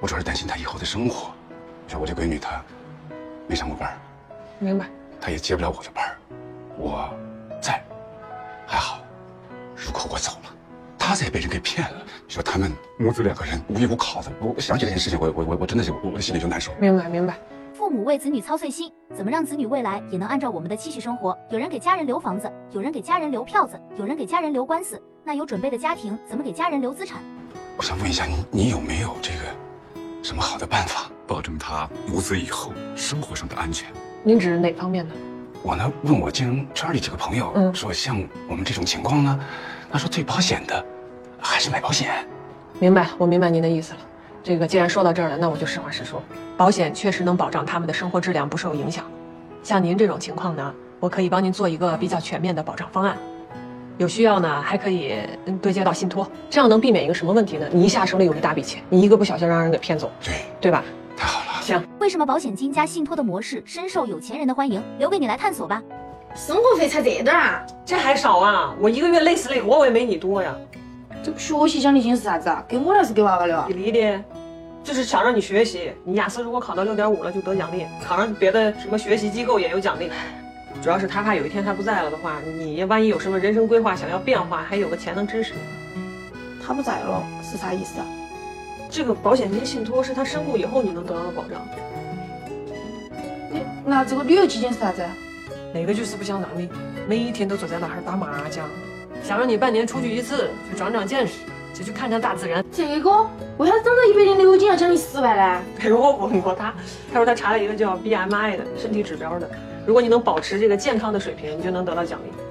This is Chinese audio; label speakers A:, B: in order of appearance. A: 我主要是担心她以后的生活。像我这闺女她没上过班儿，
B: 明白。
A: 她也接不了我的班儿。我在，还好。如果我走了，她再被人给骗了，你说他们母子两个人无依无靠的，我我想起这件事情，我我我我真的是我我心里就难受。
B: 明白，明白。
C: 父母为子女操碎心，怎么让子女未来也能按照我们的期许生活？有人给家人留房子，有人给家人留票子，有人给家人留官司。那有准备的家庭怎么给家人留资产？
A: 我想问一下你，你有没有这个什么好的办法，保证她母子以后生活上的安全？
B: 您指哪方面的？
A: 我呢问我经营圈里几个朋友，
B: 嗯
A: 说像我们这种情况呢，他说最保险的还是买保险。
B: 明白，我明白您的意思了。这个既然说到这儿了，那我就实话实说，保险确实能保障他们的生活质量不受影响。像您这种情况呢，我可以帮您做一个比较全面的保障方案。有需要呢，还可以嗯对接到信托，这样能避免一个什么问题呢？你一下手里有一大笔钱，你一个不小心让人给骗走，
A: 对，
B: 对吧？
A: 太好了，
C: 为什么保险金加信托的模式深受有钱人的欢迎？留给你来探索吧。
D: 生活费才这点儿啊？
B: 这还少啊！我一个月累死累活，我也没你多呀。
D: 这不学习奖励金是啥子啊？给我了还是给娃娃了啊
B: 你？离的，就是想让你学习。你雅思如果考到六点五了就得奖励，考上别的什么学习机构也有奖励。主要是他怕有一天他不在了的话，你万一有什么人生规划想要变化，还有个钱能支持你。
D: 他不在了是啥意思啊？
B: 这个保险金信托是他身故以后你能得到的保障，
D: 你哎那这个旅游基金是啥子啊？
B: 哪个句思不相当的，每一天都坐在那儿打麻将，想让你半年出去一次，去长长见识，就去看看大自然。
D: 这个为啥子长到一百零六斤要奖励十万呢？
B: 比如我问过他，他说他查了一个叫 BMI 的身体指标的，如果你能保持这个健康的水平，你就能得到奖励。